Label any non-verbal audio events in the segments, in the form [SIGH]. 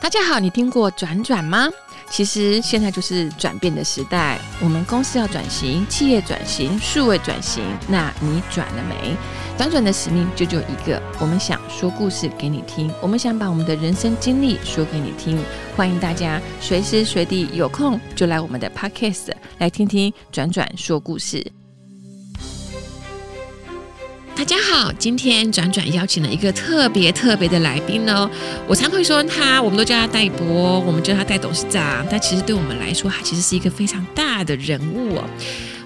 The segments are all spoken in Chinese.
大家好，你听过转转吗？其实现在就是转变的时代，我们公司要转型，企业转型，数位转型。那你转了没？转转的使命就只有一个，我们想说故事给你听，我们想把我们的人生经历说给你听。欢迎大家随时随地有空就来我们的 podcast 来听听转转说故事。大家好，今天转转邀请了一个特别特别的来宾哦。我常会说他，我们都叫他戴博，我们叫他戴董事长，但其实对我们来说，他其实是一个非常大的人物哦。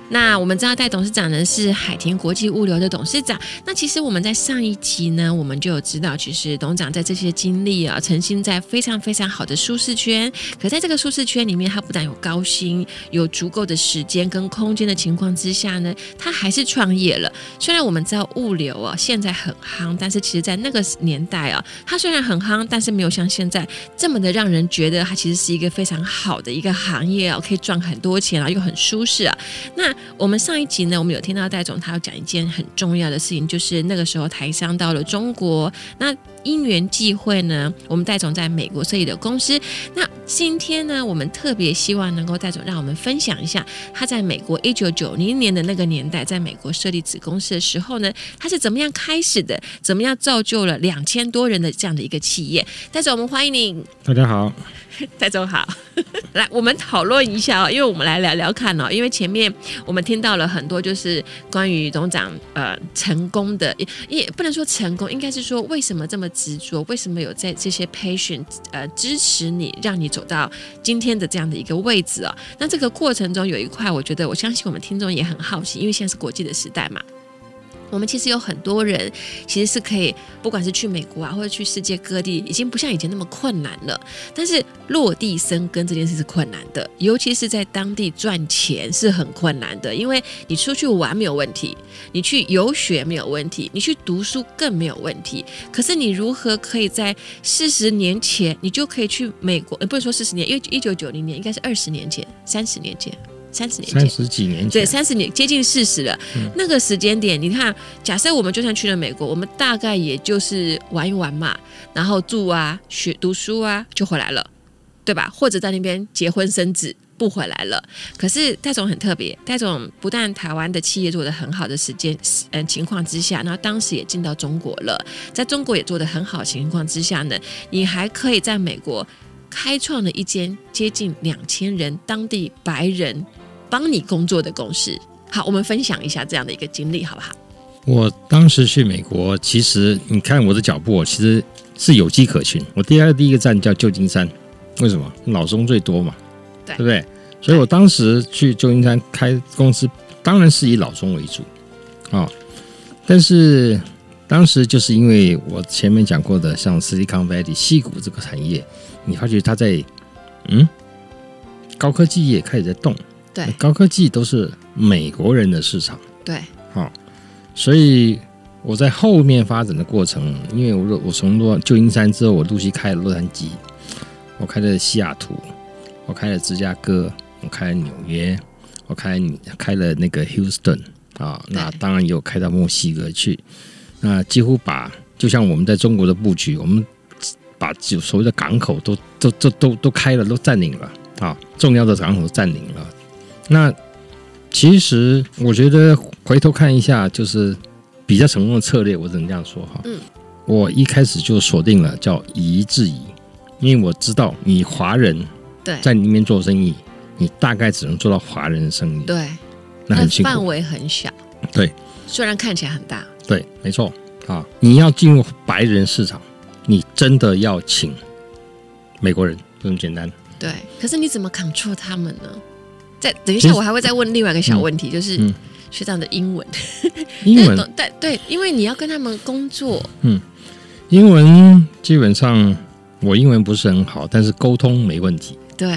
那我们知道戴董事长呢是海田国际物流的董事长。那其实我们在上一集呢，我们就有知道，其实董事长在这些经历啊，曾经在非常非常好的舒适圈。可在这个舒适圈里面，他不但有高薪，有足够的时间跟空间的情况之下呢，他还是创业了。虽然我们知道物流啊现在很夯，但是其实在那个年代啊，它虽然很夯，但是没有像现在这么的让人觉得它其实是一个非常好的一个行业啊，可以赚很多钱啊，又很舒适啊。那我们上一集呢，我们有听到戴总他要讲一件很重要的事情，就是那个时候台商到了中国，那因缘际会呢，我们戴总在美国设立的公司。那今天呢，我们特别希望能够戴总让我们分享一下他在美国一九九零年的那个年代，在美国设立子公司的时候呢，他是怎么样开始的，怎么样造就了两千多人的这样的一个企业。戴总，我们欢迎你。大家好，戴总好， [LAUGHS] 来我们讨论一下哦，因为我们来聊聊看哦，因为前面我们听到了很多就是关于董事长呃成功的，也也不能说成功，应该是说为什么这么执着，为什么有在这些 patient 呃支持你，让你走到今天的这样的一个位置哦。那这个过程中有一块，我觉得我相信我们听众也很好奇，因为现在是国际的时代嘛。我们其实有很多人，其实是可以，不管是去美国啊，或者去世界各地，已经不像以前那么困难了。但是落地生根这件事是困难的，尤其是在当地赚钱是很困难的，因为你出去玩没有问题，你去游学没有问题，你去读书更没有问题。可是你如何可以在四十年前，你就可以去美国？呃，不能说四十年，因为一九九零年应该是二十年前、三十年前、三十年前三、十几年对，前，嗯三十年接近四十了。那个时间点，你看，假设我们就算去了美国，我们大概也就是玩一玩嘛，然后住啊、学读书啊，就回来了，对吧？或者在那边结婚生子。不回来了，可是戴总很特别。戴总不但台湾的企业做得很好的时间，嗯，情况之下，然后当时也进到中国了，在中国也做得很好的情况之下呢，你还可以在美国开创了一间接近两千人当地白人帮你工作的公司。好，我们分享一下这样的一个经历，好不好？我当时去美国，其实你看我的脚步，其实是有迹可循。我第二第一个站叫旧金山，为什么？老中最多嘛，对不对？所以我当时去旧金山开公司，当然是以老中为主啊、哦但是当时就是因为我前面讲过的，像 Silicon Valley 西谷这个产业，你发觉它在嗯高科技也开始在动，对高科技都是美国人的市场。对所以我在后面发展的过程，因为我我从洛旧金山之后，我陆续开了洛杉矶，我开了西雅图，我开了芝加哥，我开了纽约，我开了开了那个 Houston 啊，那对当然也有开到墨西哥去，那几乎把就像我们在中国的布局，我们把就所谓的港口都都都都都开了，都占领了啊，重要的港口都占领了。那其实我觉得回头看一下，就是比较成功的策略，我只能这样说哈。嗯，我一开始就锁定了叫以夷制夷，因为我知道你华人对在里面做生意，你大概只能做到华人的生意，对，那很辛范苦。围很小，对虽然看起来很大，对，没错啊，你要进入白人市场，你真的要请美国人，就这么简单。对，可是你怎么 control 他们呢？在等一下，其实我还会再问另外一个小问题，就是、嗯学长的英文，英文但是对对，因为你要跟他们工作，英文基本上我英文不是很好，但是沟通没问题。对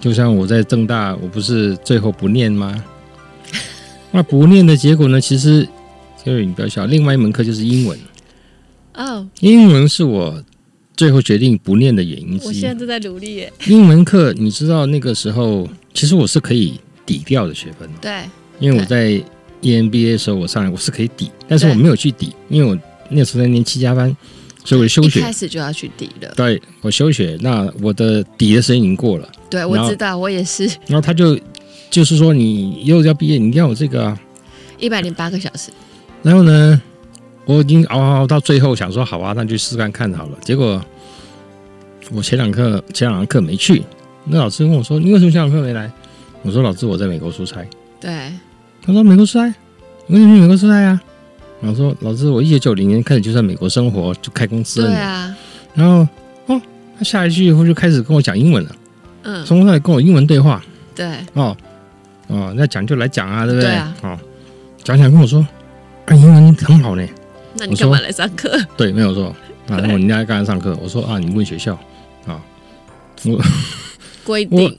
就像我在正大，我不是最后不念吗？ [LAUGHS] 那不念的结果呢？其实就是你不要笑，另外一门课就是英文。哦，英文是我最后决定不念的原因之我现在一。正在努力耶，英文课，你知道那个时候，其实我是可以抵掉的学分哦，对因为我在 E EMBA 的时候，我上来我是可以抵，但是对我没有去抵，因为我那时候在念七加班，所以我休一学开，始就要去抵了。对我休学，那我的底的时间已经过了，对，然我后知道，我也是 [LAUGHS] 然后他就就是说你又要毕业，你一定要有这个啊。一百零八个小时，然后呢，我已经熬熬熬到最后，想说好啊，那就试试看看好了。结果我前两课前两堂课没去，那老师问我说：“你为什么前两课没来？”我说：“老师，我在美国出差。对，”他说：“美国出差？我也去美国出差啊。”然后说：“老师，我一九九零年开始就在美国生活，就开公司了。对啊，然后哦，他下一句以后就开始跟我讲英文了，嗯，从头到尾跟我英文对话。对，哦哦，那讲就来讲啊，对不对？对啊哦，讲讲跟我说，啊，英文很好呢。那我你干说嘛来上课？对，没有错。啊，然后人家刚才上课，我说啊，你问学校啊，规定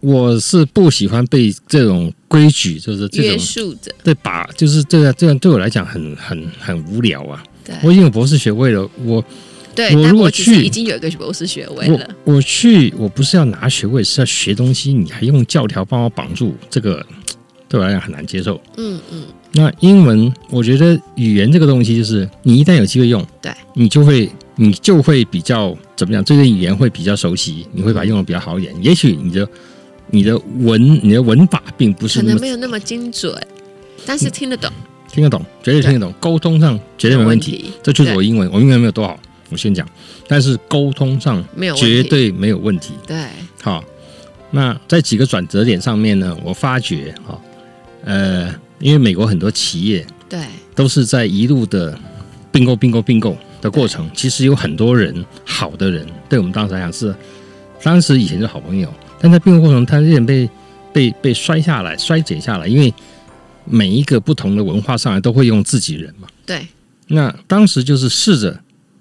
我是不喜欢被这种规矩，就是这约种束着，对把，就是这样这样对我来讲很很很无聊啊。对我已经有博士学位了，我对。我但如果我其实去已经有一个博士学位我了，我去，我不是要拿学位，是要学东西，你还用教条帮我绑住，这个对我来讲很难接受。嗯嗯，那英文，我觉得语言这个东西，就是你一旦有机会用，对，你就会你就会比较怎么讲，对这语言会比较熟悉，你会把它用的比较好一点。也许你的你的文你的文法并不是可那能么没有那么精准，但是听得懂，听得懂，绝对听得懂，沟通上绝对没问题。，这就是我英文，我英文没有多好，我先讲，但是沟通上没有问绝题，对没有问题。对，好，那在几个转折点上面呢，我发觉哈、呃，因为美国很多企业对，都是在一路的并购、并购、并购的过程，其实有很多人，好的人，对我们当时来讲是，当时以前是好朋友，但在并购过程，他有点被被被摔下来、衰减下来，因为每一个不同的文化上来都会用自己人嘛。对，那当时就是试着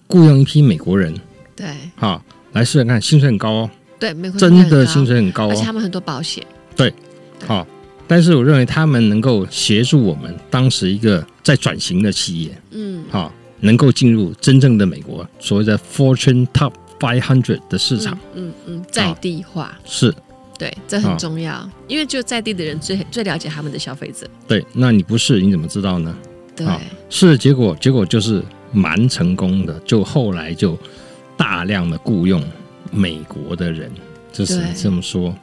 雇佣一批美国人，对，哈、来试试看，薪水很高哦，对，美国真的新薪生，水很高而且哦，他们很多保险，好、但是我认为他们能够协助我们当时一个在转型的企业，嗯，哈、啊能够进入真正的美国所谓的 Fortune Top 500的市场、嗯，嗯嗯，在地化，是对，这很重要，因为只有在地的人最最了解他们的消费者，对。那你不是你怎么知道呢？对，好是结果，结果就是蛮成功的，就后来就大量的雇佣美国的人，就是对这么说。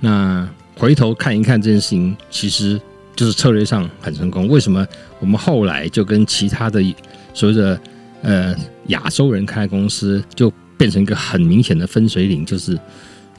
那回头看一看这件事情，其实就是策略上很成功。为什么我们后来就跟其他的所谓的呃亚洲人开公司，就变成一个很明显的分水岭，就是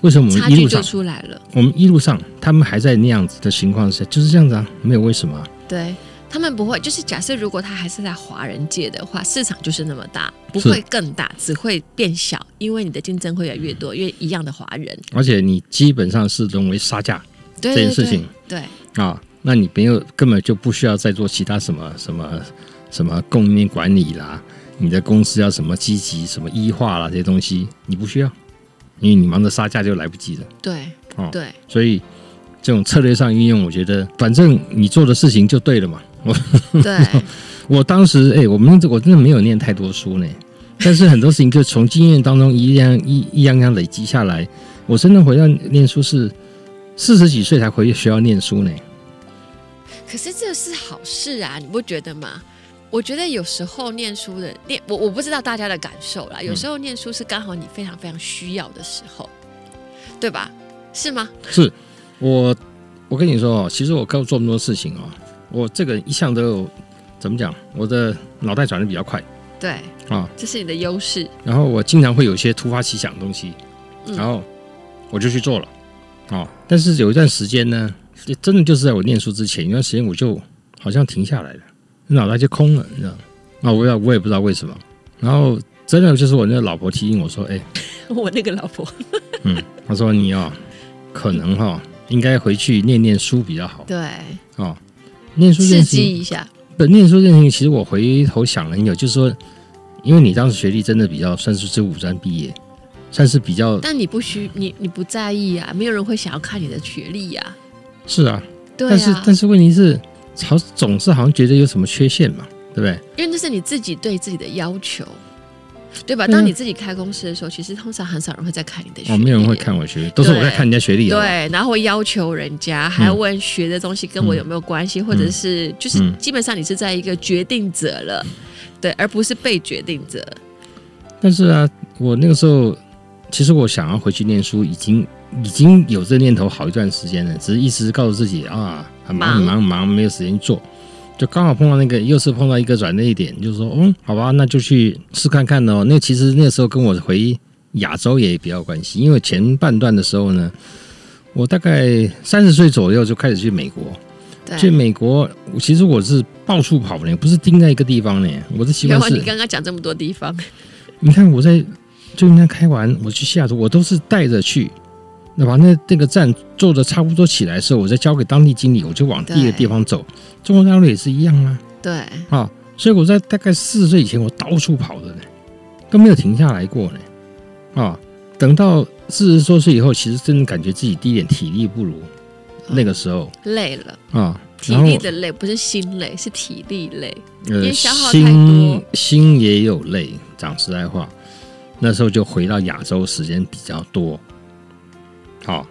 为什么我差们一距路就上，出来了，我们一路上他们还在那样子的情况下，就是这样子啊，没有为什么啊、对。他们不会，就是假设如果他还是在华人界的话，市场就是那么大，不是会更大，只会变小，因为你的竞争会越来越嗯多，因为一样的华人，而且你基本上是沦为杀价。对这对件对，事情对，啊，那你没有根本就不需要再做其他什么什么什么供应链管理啦，你的公司要什么积极什么医化啦这些东西，你不需要，因为你忙着杀价就来不及了。对哦对所以这种策略上运用，我觉得反正你做的事情就对了嘛。 [LAUGHS] 对我当时哎、我们我真的没有念太多书呢，但是很多事情就从经验当中一样一一样样累积下来。我真的回到念书是四十几岁才回学校念书呢。可是这是好事啊，你不觉得吗？我觉得有时候念书的念我我不知道大家的感受嗯啦，有时候念书是刚好你非常非常需要的时候，对吧？是吗？是我，我跟你说哦，其实我做这么多事情哦，我这个一向都有怎么讲，我的脑袋转的比较快对，啊，这是你的优势。 [LAUGHS] 然后我经常会有一些突发奇想的东西，嗯然后我就去做了啊。但是有一段时间呢，也真的就是在我念书之前，有一段时间我就好像停下来了，脑袋就空了，你知道吗？啊，我也我也不知道为什么。然后真的就是我那个老婆提醒我说，哎，我那个老婆，她说你哦，可能哈、哦、应该回去念念书比较好。对，哦，念书这刺件事激情，一下，不，念书这件事情，其实我回头想了很久，就是说，因为你当时学历真的比较算是这五专毕业，算是比较但你不需你你不在意啊，没有人会想要看你的学历呀、是啊，对但是啊，但是问题是，好总是好像觉得有什么缺陷嘛，对不对？因为那是你自己对自己的要求，对吧？对啊当你自己开公司的时候，其实通常很少人会再看你的学历。啊哦，没有人会看我学历，都是我在看人家学历哦。对，然后会要求人家，还要问学的东西跟我有没有关系，或者是就是嗯基本上你是在一个决定者了，对，而不是被决定者。但是啊，我那个时候其实我想要回去念书，已经已经有这念头好一段时间了，只是一直告诉自己啊，很忙忙很忙很忙，没有时间做。就刚好碰到那个，又是碰到一个转捩点，就是说，嗯，好吧，那就去试看看咯。那其实那时候跟我回亚洲也比较有关系，因为前半段的时候呢，我大概三十岁左右就开始去美国，去对，美国，其实我是到处跑呢，不是盯在一个地方呢。我的习然惯后啊是，你你刚刚讲这么多地方，看我在旧金山开完，我去西雅图，我都是带着去。那把那那个站做的差不多起来的时候，我再交给当地经理，我就往第一个对地方走。中国大陆也是一样啊对，啊！所以我在大概四十岁以前，我到处跑的呢，都没有停下来过呢啊！等到四十多岁以后，其实真的感觉自己第一点体力不如那个时候累了，啊。体然后力的累不是心累，是体力累。呃也，消耗太心多心也有累。讲实在话，那时候就回到亚洲时间比较多。好，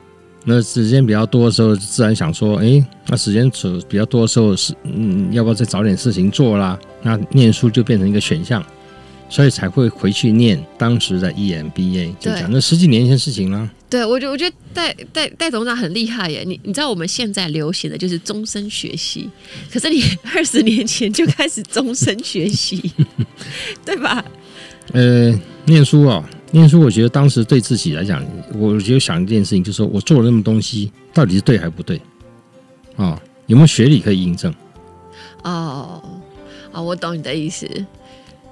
那时间比较多的时候，自然想说，诶，那时间所比较多的时候是，嗯，要不要再找点事情做啦？那念书就变成一个选项，所以才会回去念当时的 E EMBA，就对讲那十几年前的事情啦。对，我觉得我觉得戴戴戴董事长很厉害耶！你你知道我们现在流行的就是终身学习，可是你 [LAUGHS] 二十年前就开始终身学习， [LAUGHS] 对吧？呃，念书哦，念书，我觉得当时对自己来讲，我就想一件事情，就是说我做了那么东西，到底是对还不对？啊、有没有学理可以啊印证？哦，哦，我懂你的意思。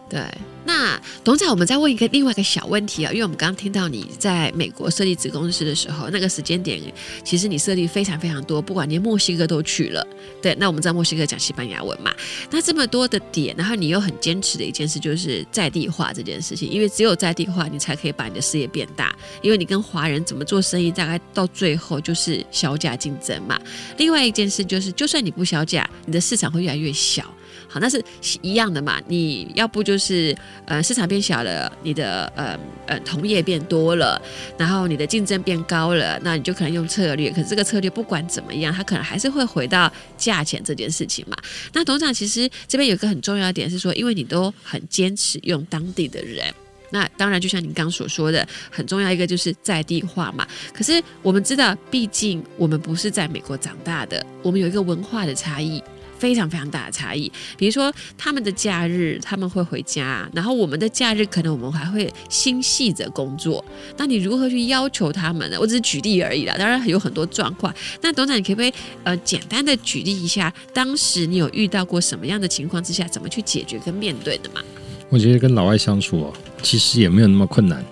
对，那董事长，我们再问一个另外一个小问题啊，因为我们刚刚听到你在美国设立子公司的时候，那个时间点，其实你设立非常非常多，不管连墨西哥都去了。对，那我们在墨西哥讲西班牙文嘛，那这么多的点，然后你又很坚持的一件事就是在地化这件事情，因为只有在地化，你才可以把你的事业变大。因为你跟华人怎么做生意，大概到最后就是销价竞争嘛。另外一件事就是，呃就算你不销价，你的市场会越来越小。好，那是一样的嘛。你要不就是呃市场变小了，你的呃呃同业变多了，然后你的竞争变高了，那你就可能用策略。可是这个策略不管怎么样，它可能还是会回到价钱这件事情嘛。那董事长其实这边有一个很重要的点是说，因为你都很坚持用当地的人。那当然，就像您刚所说的，很重要一个就是在地化嘛。可是我们知道，毕竟我们不是在美国长大的，我们有一个文化的差异，非常非常大的差异。比如说他们的假日他们会回家，然后我们的假日可能我们还会心系着工作。那你如何去要求他们呢？我只是举例而已啦，当然有很多状况。那董事长，你可不可以呃简单的举例一下，当时你有遇到过什么样的情况之下，怎么去解决跟面对的嘛？我觉得跟老外相处哦，其实也没有那么困难。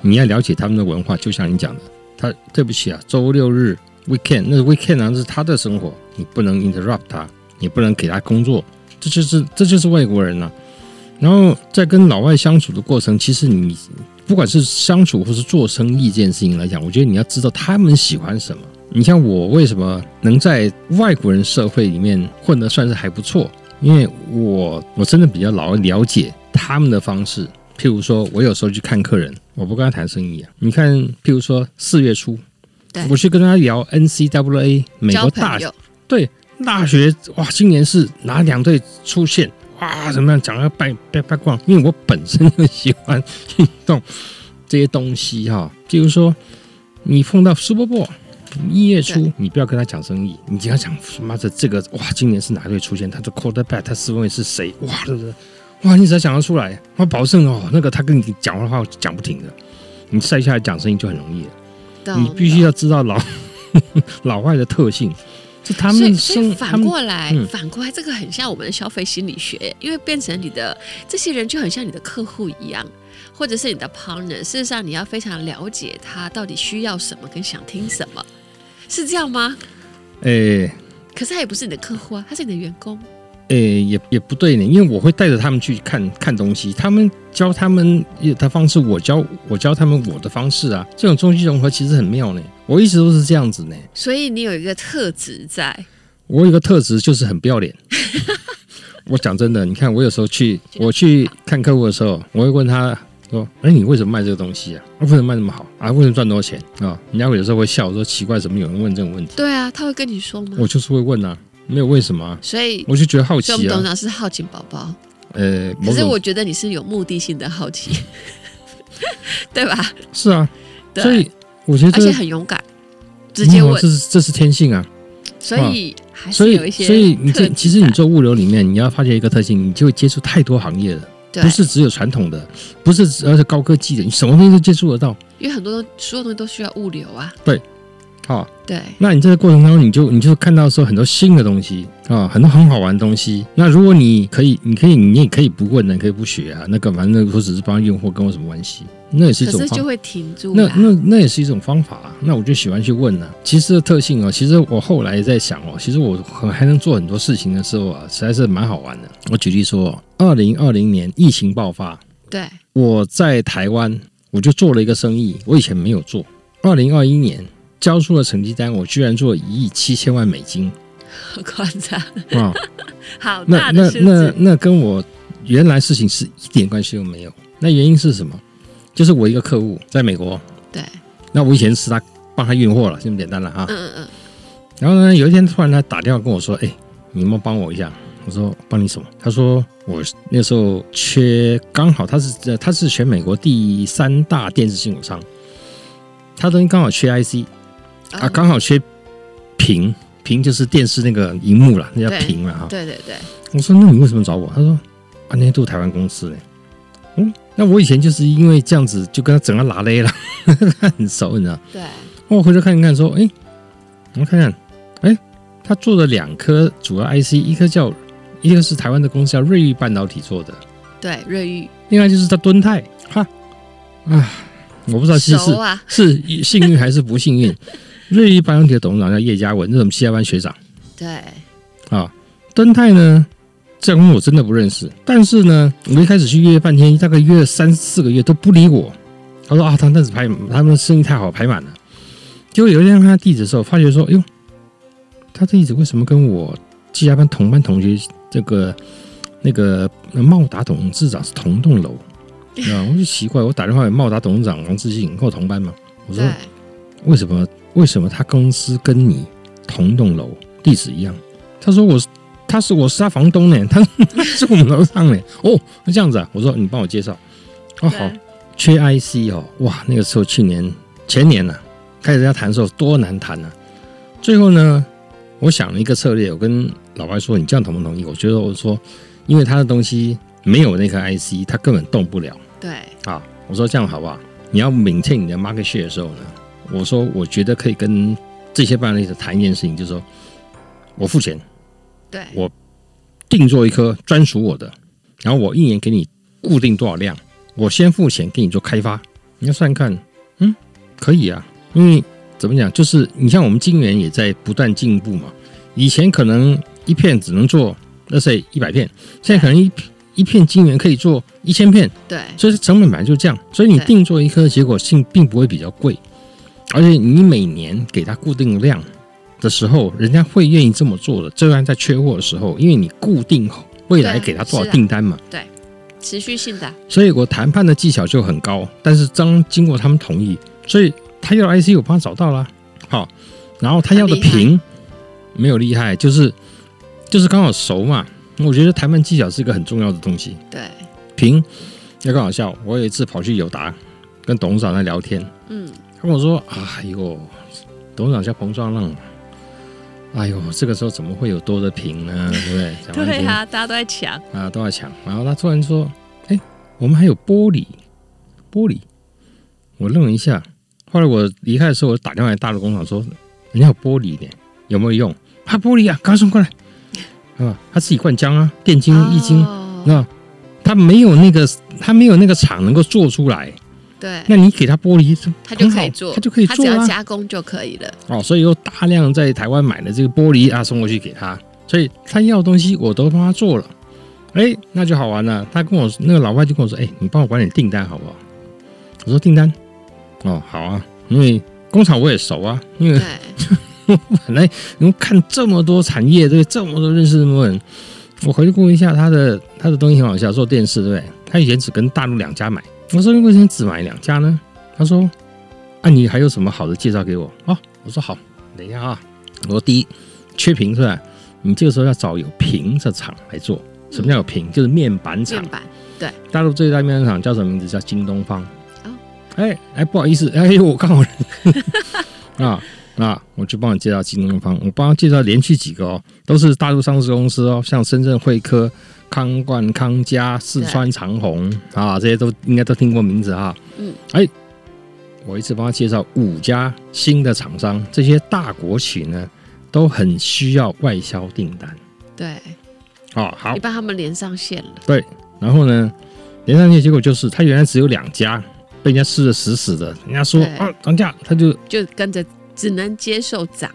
你要了解他们的文化，就像你讲的，他对不起啊，周六日 weekend 那是 weekend 啊，那是他的生活，你不能 interrupt 他，你不能给他工作，这就是这就是外国人呐、然后在跟老外相处的过程，其实你不管是相处或是做生意这件事情来讲，我觉得你要知道他们喜欢什么。你像我为什么能在外国人社会里面混得算是还不错，因为我我真的比较老了解他们的方式。譬如说，我有时候去看客人，我不跟他谈生意啊。你看，譬如说四月初对，我去跟他聊 NCAA 美交国朋大友，对大学哇，今年是哪两队出现哇？怎么样讲要拜拜拜逛？因为我本身就喜欢运动这些东西哈、譬如说，你碰到 Super Bowl 一月初对，你不要跟他讲生意，你跟他讲妈的这个哇，今年是哪队出现？他的 quarterback，他四位是谁？哇，这个哇，你只要讲得出来，我保证哦，那个他跟你讲话讲不停的，你晒下来讲生意就很容易了。懂你必须要知道老 [LAUGHS] 老外的特性，就他所以，们所以生他反们过来，嗯反过来，这个很像我们的消费心理学，因为变成你的这些人就很像你的客户一样，或者是你的 partner。事实上，你要非常了解他到底需要什么跟想听什么，是这样吗？诶可是他也不是你的客户啊，他是你的员工。诶也也不对呢，因为我会带着他们去看看东西，他们教他们的方式，我教我教他们我的方式啊，这种中西融合其实很妙呢。我一直都是这样子呢，所以你有一个特质在，我有个特质就是很不 [LAUGHS] 要脸。我讲真的，你看我有时候去我去看客户的时候，我会问他说：“哎，你为什么卖这个东西啊？啊为什么卖那么好啊？为什么赚多少钱啊？”人家有时候会笑说：“奇怪，怎么有人问这种问题？”对啊，他会跟你说吗？我就是会问啊，没有为什么、啊，所以，我就觉得好所以我们奇董事啊。长是好奇宝宝，呃，可某是种我觉得你是有目的性的好奇， [LAUGHS] 对吧？是啊，对所以我觉得而这嗯且很勇敢，直接问这，是这是天性啊。所以还嗯所是有以一些所以你特这质其实你在做物流里面，你要发现一个特性，你就会接触太多行业了，对不，是只有传统的，不是只而且高科技的，你什么东西都接触得到。因为很多东所有东西都需要物流啊，啊，对那你这个过程当中，你就你就看到说很多新的东西啊，很多很好玩的东西。那如果你可以，你可以，你也可以不问的，你可以不学啊。那个反正我只是帮用户，跟我什么关系？那也是一可种是方就会停住那啦。那那也是一种方法、啊，那我就喜欢去问了、其实特性哦，其实我后来在想哦，其实我很还能做很多事情的时候啊，实在是蛮好玩的。我举例说，二零二零年疫情爆发，对，我在台湾我就做了一个生意，我以前没有做。二零二一年交出了成绩单，我居然做一亿七千万美金很夸张， [LAUGHS] 啊！好那大的那数那字，那跟我原来事情是一点关系都没有。那原因是什么？就是我一个客户在美国，对，那我以前是他帮他运货了，这么简单了啊。嗯嗯嗯，然后呢，有一天突然他打电话跟我说：“哎，你们帮我一下。”我说：“帮你什么？”他说：“我那时候缺，刚好他是呃他是全美国第三大电视进口商，他东西刚好缺 IC 啊，哦刚好缺屏，屏就是电视那个荧幕了，那叫对屏了哈。嗯对对对，我说：“那你为什么找我？”他说：“啊，那些都是台湾公司呢。”嗯，那我以前就是因为这样子就跟他整个拉勒了， [LAUGHS] 很熟，你知道。对，那我回头看一看，说，哎，我看看，哎，他做了两颗主要 IC，一颗叫，一个是台湾的公司叫瑞昱半导体做的，对，瑞玉另外就是他敦泰，哈，啊，我不知道是熟啊，是是幸运还是不幸运。 [LAUGHS] 瑞昱半导体的董事长叫叶嘉文，这是我们西安班学长对，啊。敦泰呢，这家公司我真的不认识，但是呢，我一开始去约半天，大概约了三四个月都不理我。他说啊，他那是排他们生意太好，排满了。结果有一天看他地址的时候，发觉说，哟，他这地址为什么跟我技嘉班同班同学这个那个呃茂达董事长是同栋楼啊？我就奇怪，我打电话给茂达董事长王志信，跟我同班嘛，我说对，为什么为什么他公司跟你同栋楼地址一样？他说我是他是我是他房东呢， [LAUGHS] 他他是我们楼上呢。哦，那这样子啊，我说你帮我介绍。哦好，对缺 IC 哦，哇，那个时候去年前年呢、开始要谈的时候多难谈啊。最后呢，我想了一个策略，我跟老白说，你这样同不同意？我觉得我说，因为他的东西没有那颗 IC，他根本动不了。对，啊，我说这样好不好？你要 maintain 你的 market share 的时候呢，我说我觉得可以跟这些办案者谈一件事情，就是说我付钱对，我定做一颗专属我的，然后我一年给你固定多少量，我先付钱给你做开发，你要算看，嗯，可以啊，因为怎么讲，就是你像我们晶圆也在不断进步嘛，以前可能一片只能做那谁一百片，现在可能一一片晶圆可以做一千片。对，所以成本本来就这样，所以你对定做一颗，结果性并不会比较贵，而且你每年给它固定量的时候，人家会愿意这么做的。就算在缺货的时候，因为你固定未来对给他多少是啊订单嘛，持续性的，所以我谈判的技巧就很高。但是当经过他们同意，所以他要的 IC 我帮他找到了，好，然后他要的很厉害屏没有厉害，就是就是刚好熟嘛。我觉得谈判技巧是一个很重要的东西。对，平，要更好笑。我有一次跑去友达跟董事长在聊天，嗯，他跟我说：“哎呦，董事长叫彭双浪，哎呦，这个时候怎么会有多的平呢？对不对？”讲半对天啊，大家都在抢，啊，都在抢。然后他突然说：“哎，我们还有玻璃，玻璃。”我愣了一下，后来我离开的时候，我打电话给大陆工厂说：“人家有玻璃呢，有没有用？啊，玻璃啊，赶快送过来！啊，他自己灌浆啊，电晶、液晶。”哦那他没有那个，他没有那个厂能够做出来，对，那你给他玻璃，他就很好可以做，他就可以他只做要啊。加工就可以了，哦，所以又大量在台湾买的这个玻璃啊送过去给他，所以他要的东西我都帮他做了，哎，那就好玩了。他跟我那个老外就跟我说，哎，你帮我管点订单好不好？我说订单，哦，好啊，因为工厂我也熟啊，因为对， [LAUGHS] 本来你们看这么多产业，对不对，这么多认识这么多人，我回顾一下他的他的东西很好笑，做电视对不对？他以前只跟大陆两家买，我说你为什么只买两家呢？他说啊，你还有什么好的介绍给我啊？我说好，等一下啊，我说第一缺屏是吧？你这个时候要找有屏的厂来做。什么叫有屏？就是面板厂面。板，大陆最大面板厂叫什么名字？叫京东方。哦哎哎，不好意思，哎 [LAUGHS] 呦，我刚好 [LAUGHS] 啊啊，我去帮你介绍新东方，我帮他介绍连续几个哦，都是大陆上市公司哦，像深圳惠科、康冠、康佳、四川长虹啊，这些都应该都听过名字哈。嗯，哎，我一次帮他介绍五家新的厂商，这些大国企呢都很需要外销订单对，啊。好你，帮他们连上线了，然后呢，连上去结果就是他原来只有两家。被人家吃的死死的，人家说对啊涨价，他就就跟着只能接受涨，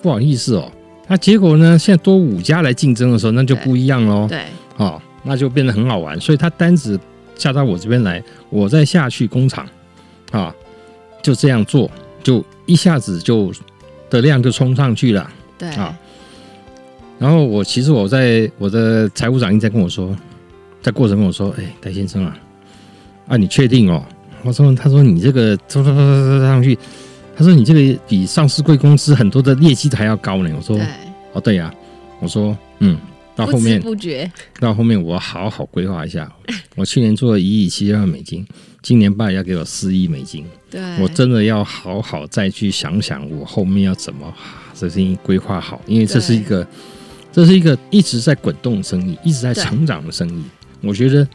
不好意思哦。那结果呢？现在多五家来竞争的时候，那就不一样喽。对，哦，那就变得很好玩。所以他单子下到我这边来，我再下去工厂，啊，就这样做，就一下子就的量就冲上去了。对，啊然后我其实我在我的财务长一直在跟我说，在过程跟我说，哎，戴先生啊，啊，你确定哦？我说，他说你这个突突突突上去，他说你这个比上市贵公司很多的业绩还要高呢。我说，对，哦，对呀、我说，嗯，到不后知面不觉，到后面我好好规划一下。我去年做了一亿七千万美金，今年爸要给我四亿美金，对，我真的要好好再去想想我后面要怎么 [SIGHS] 啊这事情规划好，因为这是一个这是一个一直在滚动的生意，一直在对成长的生意，我觉得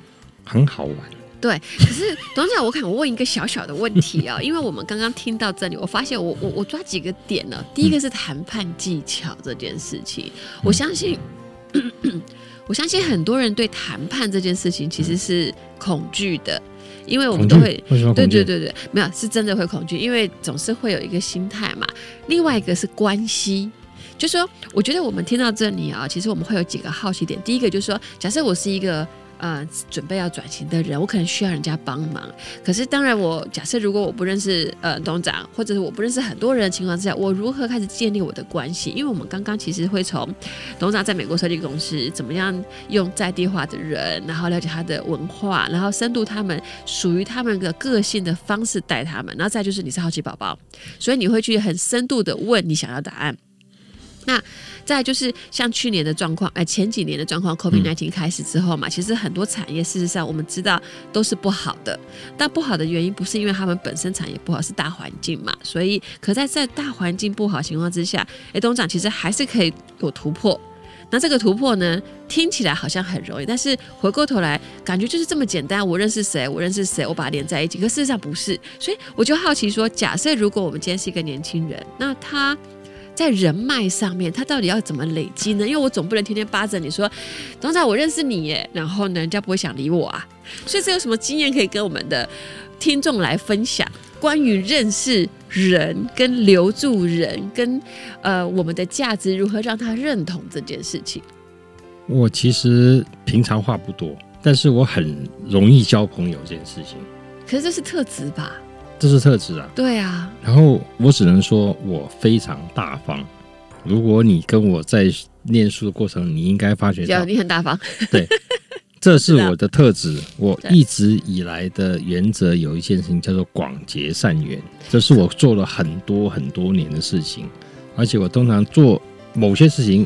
很好玩。可是董事长，我想问一个小小的问题 [LAUGHS] 啊、因为我们刚刚听到这里，我发现我我我抓几个点呢、第一个是谈判技巧这件事情，嗯我相信， [CLEARS THROAT] 我相信很多人对谈判这件事情其实是恐惧的，因为我们嗯恐都惧会。为什么哦对恐惧？对对对，没有是真的会恐惧，因为总是会有一个心态嘛。另外一个是关系，就说我觉得我们听到这里啊，其实我们会有几个好奇点。第一个就是说，假设我是一个呃准备要转型的人，我可能需要人家帮忙。可是当然我，假设如果我不认识呃董事长，或者是我不认识很多人的情况之下，我如何开始建立我的关系？因为我们刚刚其实会从董事长在美国设立公司，怎么样用在地化的人，然后了解他的文化，然后深度他们属于他们的个性的方式带他们。然后再就是你是好奇宝宝，所以你会去很深度的问你想要答案。那再来就是像去年的状况，哎、前几年的状况，COVID nineteen 开始之后嘛，其实很多产业事实上我们知道都是不好的，但不好的原因不是因为他们本身产业不好，是大环境嘛。所以，可在在大环境不好的情况之下，哎，董事长其实还是可以有突破。那这个突破呢，听起来好像很容易，但是回过头来，感觉就是这么简单。我认识谁，我认识谁，我把它连在一起。可事实上不是，所以我就好奇说，假设如果我们今天是一个年轻人，那他在人脉上面，他到底要怎么累积呢？因为我总不能天天扒着你说，董事长我认识你耶，然后呢，人家不会想理我啊。所以这有什么经验可以跟我们的听众来分享？关于认识人、跟留住人、跟呃我们的价值如何让他认同这件事情，我其实平常话不多，但是我很容易交朋友这件事情，可是这是特质吧？这是特质啊。对啊，然后我只能说，我非常大方。如果你跟我在念书的过程，你应该发觉要到，你很大方，这是知道我的特质。我对一直以来的原则有一件事情叫做广结善缘，这是我做了很多很多年的事情。而且我通常做某些事情，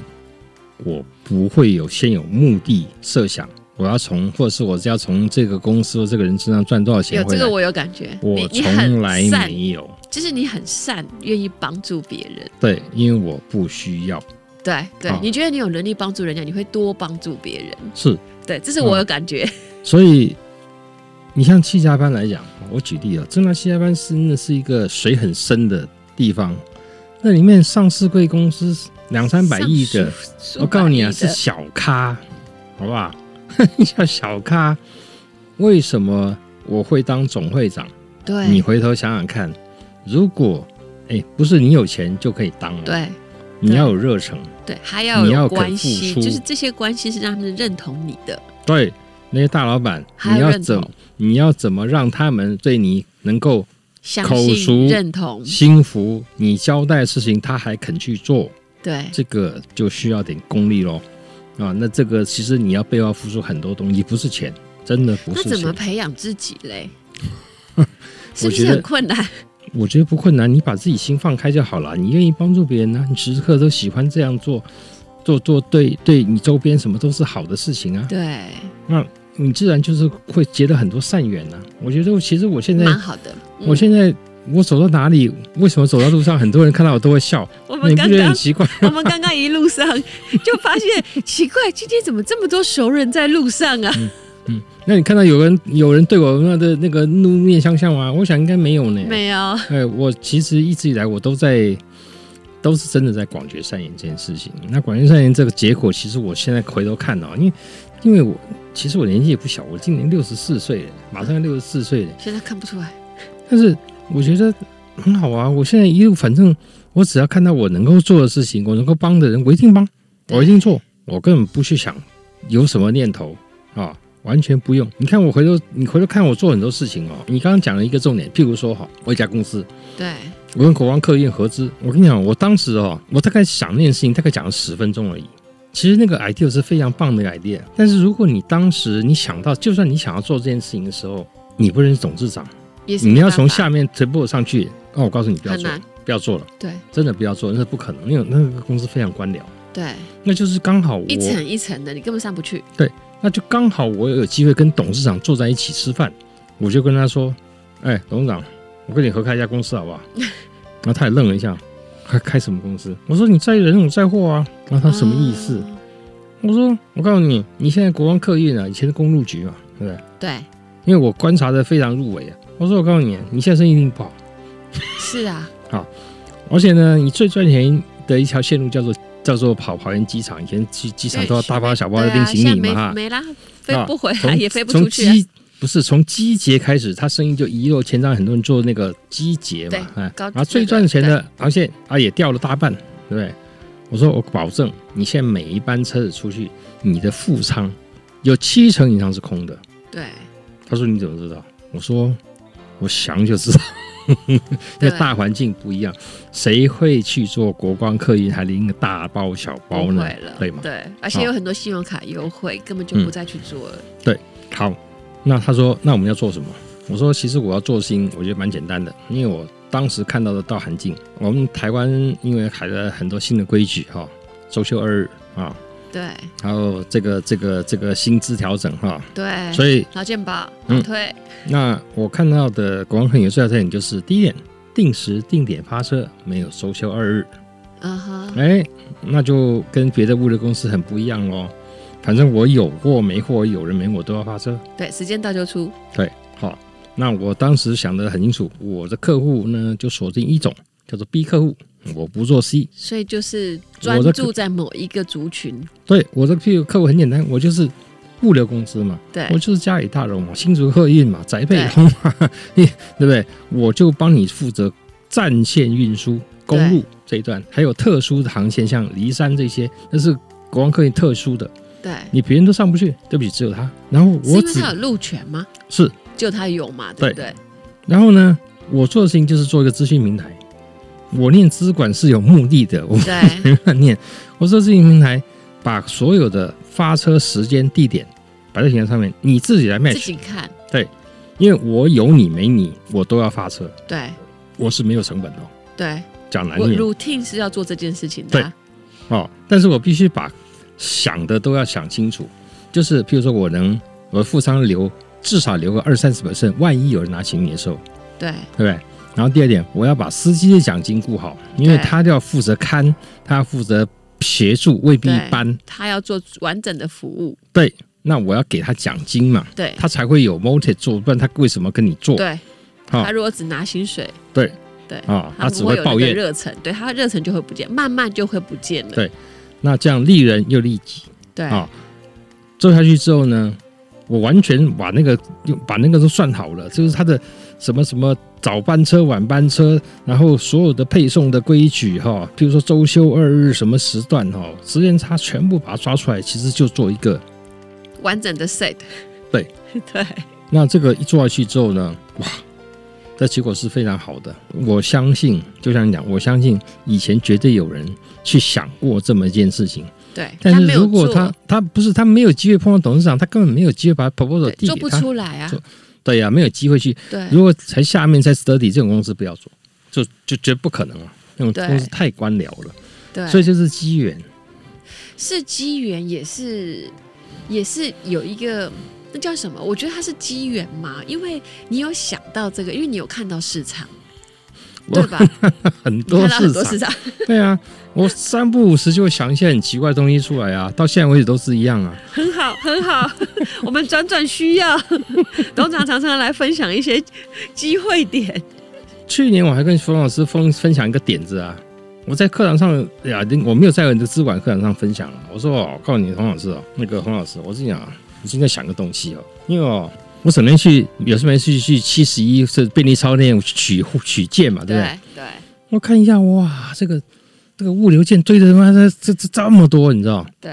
我不会有先有目的设想，我要从或者是我是要从这个公司或这个人身上赚多少钱有回这来个。我有感觉，我你你很从来善，没有就是你很善，愿意帮助别人。对，因为我不需要。对对，好你觉得你有能力帮助人家，你会多帮助别人。是，对，这是我有感觉。所以你像七家班来讲，我举例啊，正大七家班是那是一个水很深的地方，那里面上市贵公司两三百亿的，上我告诉你啊，数是百亿的小咖，好不好？ [LAUGHS] 叫小咖，为什么我会当总会长？对，你回头想想看，如果哎、不是你有钱就可以当哦，对你要有热忱，对，还要你要有肯关付系，出就是这些关系是让他们认同你的。对那些大老板，还你要要认怎同你要怎么让他们对你能够相口信、述认同，心服，你交代的事情他还肯去做，对这个就需要点功力咯。啊，那这个其实你要背后要付出很多东西，不是钱，真的不那是怎么钱。培养自己 [LAUGHS] 嘞？是不我觉是得很困 [LAUGHS] 难？我觉得不困难，你把自己心放开就好了。你愿意帮助别人呢、你时时刻都喜欢这样做，做做对对你周边什么都是好的事情啊。对，你自然就是会结了很多善缘呐、我觉得其实我现在，蛮好的。嗯我现在我走到哪里，为什么走到路上很多人看到我都会笑？我你们不刚觉得很刚 [LAUGHS] 奇怪？我们刚刚一路上 [LAUGHS] 就发现奇怪，今天怎么这么多熟人在路上啊？那你看到有人有人对我那的那个怒面相向吗？我想应该没有呢。没有，哎，我其实一直以来我都在，都是真的在广结善缘这件事情。那广结善缘这个结果，其实我现在回头看哦，因为因为我其实我年纪也不小，我今年六十四岁了，马上六十四岁了。现在看不出来。但是我觉得很好啊，我现在一路反正我只要看到我能够做的事情，我能够帮的人，我一定帮，对我一定做，我根本不去想有什么念头啊。完全不用，你看我回头，你回头看我做很多事情哦。你刚刚讲了一个重点，譬如说哈，我一家公司，对，我跟国光客运合资，我跟你讲，我当时哦，我大概想那件事情，大概讲了十分钟而已。其实那个 idea 是非常棒的 idea，但是如果你当时你想到，就算你想要做这件事情的时候，你不认识董事长，也是你没要办从法下面 t r 上去，哦，我告诉你不要很做，难。不要做了，对真的不要做，那是不可能，因为那个公司非常官僚。对，那就是刚好我一层一层的，你根本上不去。那就刚好我有机会跟董事长坐在一起吃饭，我就跟他说：“哎，董事长，我跟你合开一家公司 [LAUGHS] 好不好？”然后他也愣了一下，开开什么公司？我说：“你载人，我载货啊。”然后他什么意思？哦？我说：“我告诉你，你现在国光客运啊，以前是公路局嘛，对不对？对，因为我观察的非常入微啊。我说我告诉你，你现在生意一定不好，是啊，而且呢，你最赚钱的一条线路叫做叫做跑桃园机场，以前机机场都要大包小包的对拎啊，现行在李没嘛哈。没啦，飞啊不回来，从 [LAUGHS] 也飞不从出去啊。机不是从机节开始，他生意就一落千丈，很多人做那个机节对嘛，哎，高然后最赚钱的航线啊也掉了大半，对不对？我说我保证，你现在每一班车子出去，你的副舱有七成以上是空的。对，他说你怎么知道？我说我想就知道， [LAUGHS] 因为对大环境不一样，谁会去做国光客运还拎个大包小包不呢会了？，对吗？对，而且啊有很多信用卡优惠，根本就嗯不再去做了。好，那他说，那我们要做什么？我说，其实我要做的事情，我觉得蛮简单的，因为我当时看到的大环境，我们台湾因为海了很多新的规矩哈，周休二日啊，对还有这个这个这个薪资调整哈，对，所以劳健保嗯倒退，那那我看到的国王很有最大特点就是，第一点，定时定点发车，没有周休二日，嗯哼，哎，那就跟别的物流公司很不一样喽。反正我有货没货，有人没我都要发车。对，时间到就出，对，好，那我当时想得很清楚，我的客户呢就锁定一种，叫做 B 客户，我不做 C。所以就是专我的注在某一个族群。对，我的 B 客户很简单，我就是物流公司嘛，对我就是嘉里大荣嘛，新竹客运嘛，宅配对通嘛， [LAUGHS] 对不对？我就帮你负责战线运输、公路这一段，还有特殊的航线，像离山这些，那是国王客运特殊的，对，你别人都上不去，对不起，只有他。然后是我因为只他有路权吗？是就他有嘛，对不对？然后呢，我做的事情就是做一个资讯平台。我念资管是有目的的，我 [LAUGHS] 对，没乱念。我做资讯平台，把所有的发车时间、地点摆在平台上面，你自己来自 match。己看，因为我有你没你，我都要发车，对我是没有成本的哦，对，讲难我听 routine 是要做这件事情的啊，哦。但是我必须把想的都要想清楚，就是譬如说我能我的富商留至少留个二三十 percent，万一有人拿行李的时候，对对不对？然后第二点，我要把司机的奖金顾好，因为对他要负责看，他要负责协助，未必对搬。他要做完整的服务，那我要给他奖金嘛，对他才会有 motive 做，不然他为什么跟你做？对，啊他如果只拿薪水，对对啊，他他只不会会有那抱个怨。热忱，对他的热忱就会不见，慢慢就会不见了。对那这样利人又利己对啊。做下去之后呢，我完全把那个用把那个都算好了，就是他的什么什么早班车、晚班车，然后所有的配送的规矩哈，比如说周休二日什么时段哈，时间差全部把它抓出来，其实就做一个。完整的 set。对 [LAUGHS] 对那这个一做下去之后呢，哇，这结果是非常好的。我相信，就像你讲，我相信以前绝对有人去想过这么一件事情，对，但是没有如果做他他不是他没有机会碰到董事长，他根本没有机会把 proposal 对递做给不他。出来啊做，对呀、没有机会去。对如果才下面才 study 这种公司不要做，就就绝不可能啊。那种对公司太官僚了，对，所以就是机缘。是机缘，也是也是有一个那叫什么？我觉得它是机缘嘛，因为你有想到这个，因为你有看到市场，我对吧？很你 [LAUGHS] 多看到很市多场市，场，对啊，我三不五时就会想一些很奇怪的东西出来啊，到现在为止都是一样啊。很好，很好。 [LAUGHS] 我们转转需要，董事长常常来分享一些机会点。去年我还跟冯老师分分享一个点子啊，我在课堂上哎呀，我没有在我的资管课堂上分享了。我说哦，我告诉你，洪老师哦，那个洪老师，我是讲啊，我今天想个东西哦，因为哦，我整天去有事没事去七十一是便利超店取取件嘛，对不对？对，我看一下，哇，这个这个物流件堆的他妈的这这这么多，你知道？对，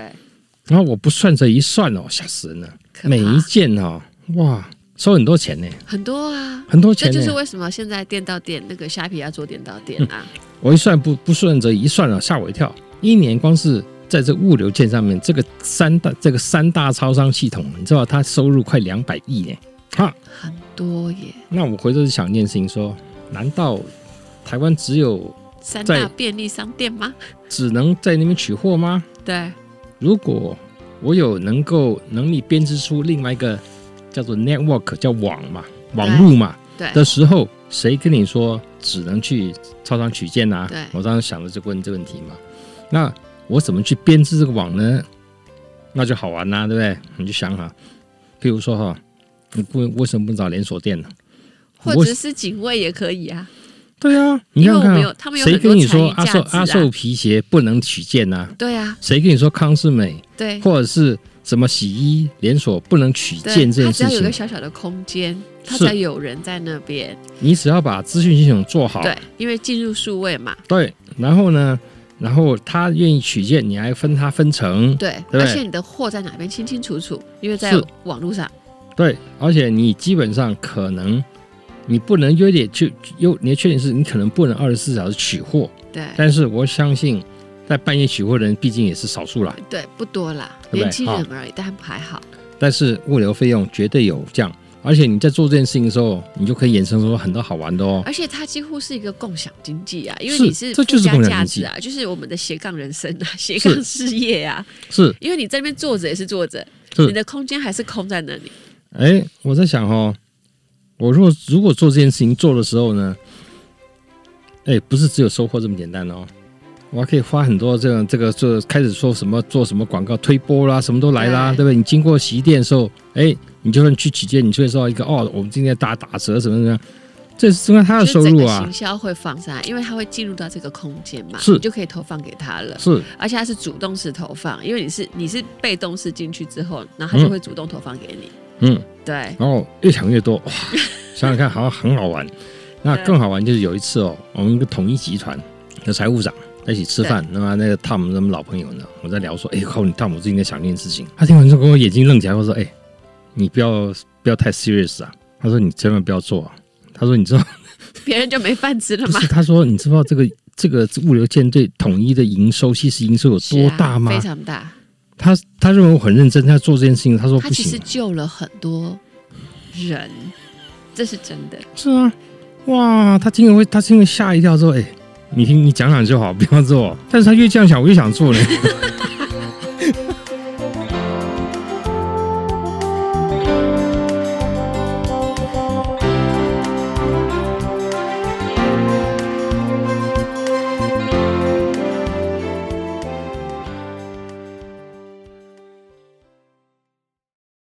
然后我不算着一算哦，吓死人了，可每一怕件哦，哇，收很多钱呢，很多啊。很多这钱呢。就是为什么现在店到店那个虾皮要做店到店啊，我一算不不顺着一算啊，吓我一跳，一年光是在这物流件上面，这个三大这个三大超商系统，你知道它收入快两百亿呢。哈，很多耶。那我回头就想一件事情说，难道台湾只有三在大便利商店吗？只能在那边取货吗？对，如果我有能够能力编织出另外一个叫做 network 叫网嘛网路嘛对，的时候，谁跟你说只能去超商取件啊对？我当时想的就问这问题嘛。那我怎么去编织这个网呢？那就好玩啦、对不对？你就想哈，譬如说哈，你不为什么不找连锁店呢？或我者是警卫也可以啊。对啊，你因为想我想们看有啊，他们有谁很多跟你参说与阿价寿阿值寿啊。皮鞋不能取件呐、啊？对啊，谁跟你说康是美对或者是什么洗衣连锁不能取对，件这它件只事要有一个情？小小的空间，它是只要有人在那边，你只要把资讯系统做好，对，因为进入数位嘛，对，然后呢，然后他愿意取件，你还分他分成，对，对而且你的货在哪边清清楚楚，因为在是网络上，对，而且你基本上可能你不能优点去优，你的缺点是你可能不能二十四小时取货，对但是我相信在半夜取货的人毕竟也是少数啦，对，不多啦，对不对年轻人而已，但还好，但是物流费用绝对有降，而且你在做这件事情的时候，你就可以衍生出很多好玩的哦。而且它几乎是一个共享经济啊，因为是你是这就附是加共享价经值济啊，就是我们的斜杠人生啊，斜杠事业啊，是因为你在那边坐着也是坐着，是你的空间还是空在那里，哎，我在想哦，我如果如果做这件事情做的时候呢，哎，不是只有收获这么简单哦，我还可以花很多这样这个这开始说什么做什么广告推波啦，什么都来啦，对对不对？你经过洗衣店的时候，哎，你就算去取件，你就会收到一个哦，我们今天打打折什么什么，这是增加他的就是收整入个啊行，销会放上来，因为它会进入到这个空间嘛，是你就可以投放给他了。是而且它是主动式投放，因为你是你是被动式进去之后，然后它就嗯会主动投放给你。嗯，对，然后越想越多， [LAUGHS] 哇，想想看，好像很好玩。那对更好玩就是有一次哦，我们一个统一集团的财务长在一起吃饭，那么那个汤姆他们老朋友呢，我在聊说，哎，靠，你汤姆最近在想一件事情。他听完之后跟我眼睛愣起来，我说，哎，你不要不要太 serious 啊。他说你千万不要做啊。他说你知道别人就没饭吃了不嘛。是？ [LAUGHS] 他说你知不知道这个这个物流舰队统一的营收，其实营收有多大吗？是啊非常大。他他认为我很认真，他做这件事情，他说它不其实行，啊救了很多人，这是真的。是啊，哇，他听了会，他听了吓一跳，说：“哎、你听你讲讲就好，不要做。”但是他越这样想，我越想做呢。